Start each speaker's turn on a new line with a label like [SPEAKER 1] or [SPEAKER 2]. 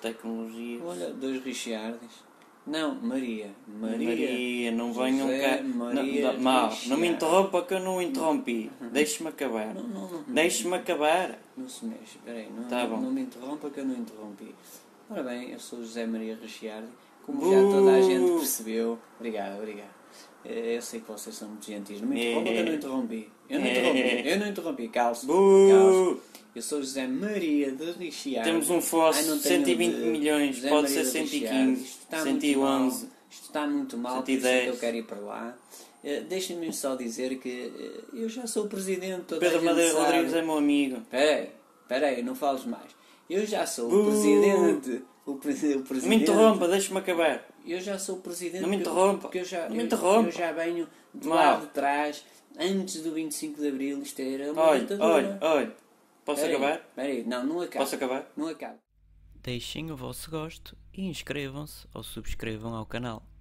[SPEAKER 1] tecnologias.
[SPEAKER 2] Olha, dois Richiardes. Não, Maria. Maria.
[SPEAKER 1] Maria, não venham
[SPEAKER 2] José
[SPEAKER 1] cá.
[SPEAKER 2] Maria Uhum.
[SPEAKER 1] não, não, mal, não me
[SPEAKER 2] Richard.
[SPEAKER 1] interrompa que eu não o interrompi. Deixe-me acabar.
[SPEAKER 2] Não, não, não.
[SPEAKER 1] Deixe-me acabar.
[SPEAKER 2] Não se mexe, peraí, não,
[SPEAKER 1] Tá
[SPEAKER 2] não,
[SPEAKER 1] bom.
[SPEAKER 2] não me interrompa que eu não interrompi. Ora bem, eu sou José Maria Rechiardi, como
[SPEAKER 1] Bu!
[SPEAKER 2] já toda a gente percebeu. Obrigado, obrigado. Eh, Eu sei que vocês são muito gentis, não me
[SPEAKER 1] Eh.
[SPEAKER 2] interrompa que eu não interrompi. Eu não
[SPEAKER 1] É.
[SPEAKER 2] interrompi, eu não interrompi, calço. calço.
[SPEAKER 1] Bu!
[SPEAKER 2] Eu sou José Maria de Richiardi.
[SPEAKER 1] Temos um fosso,
[SPEAKER 2] Ai, não tenho
[SPEAKER 1] 120
[SPEAKER 2] de-
[SPEAKER 1] milhões,
[SPEAKER 2] José
[SPEAKER 1] pode
[SPEAKER 2] Maria
[SPEAKER 1] ser
[SPEAKER 2] de Richiardi.
[SPEAKER 1] 115,
[SPEAKER 2] Isto está muito
[SPEAKER 1] 111.
[SPEAKER 2] mal. Isto está muito mal, por isso é
[SPEAKER 1] 110.
[SPEAKER 2] que eu quero ir para lá. Eh, Deixem-me só dizer que eh, eu já sou o presidente, toda a
[SPEAKER 1] Pedro
[SPEAKER 2] gente
[SPEAKER 1] Madeira
[SPEAKER 2] sabe.
[SPEAKER 1] Rodrigues é meu amigo.
[SPEAKER 2] Peraí, peraí, não fales mais. Eu já sou o
[SPEAKER 1] Bu!
[SPEAKER 2] presidente. O, pre- o
[SPEAKER 1] Não me
[SPEAKER 2] presidente.
[SPEAKER 1] interrompa, deixe-me acabar.
[SPEAKER 2] Eu já sou o presidente.
[SPEAKER 1] Não me
[SPEAKER 2] porque-
[SPEAKER 1] interrompa.
[SPEAKER 2] Porque eu já,
[SPEAKER 1] Não me
[SPEAKER 2] eu-
[SPEAKER 1] interrompa.
[SPEAKER 2] Eu já venho de
[SPEAKER 1] Mal.
[SPEAKER 2] lá de trás, antes do 25 de Abril. Isto era uma
[SPEAKER 1] Olha,
[SPEAKER 2] ditadura.
[SPEAKER 1] olha, olha. Posso
[SPEAKER 2] então Peraí,
[SPEAKER 1] acabar?
[SPEAKER 2] Peraí, não, não acaba.
[SPEAKER 1] Posso acabar?
[SPEAKER 2] Não acaba.
[SPEAKER 3] Deixem o vosso gosto e inscrevam-se ou subscrevam ao canal.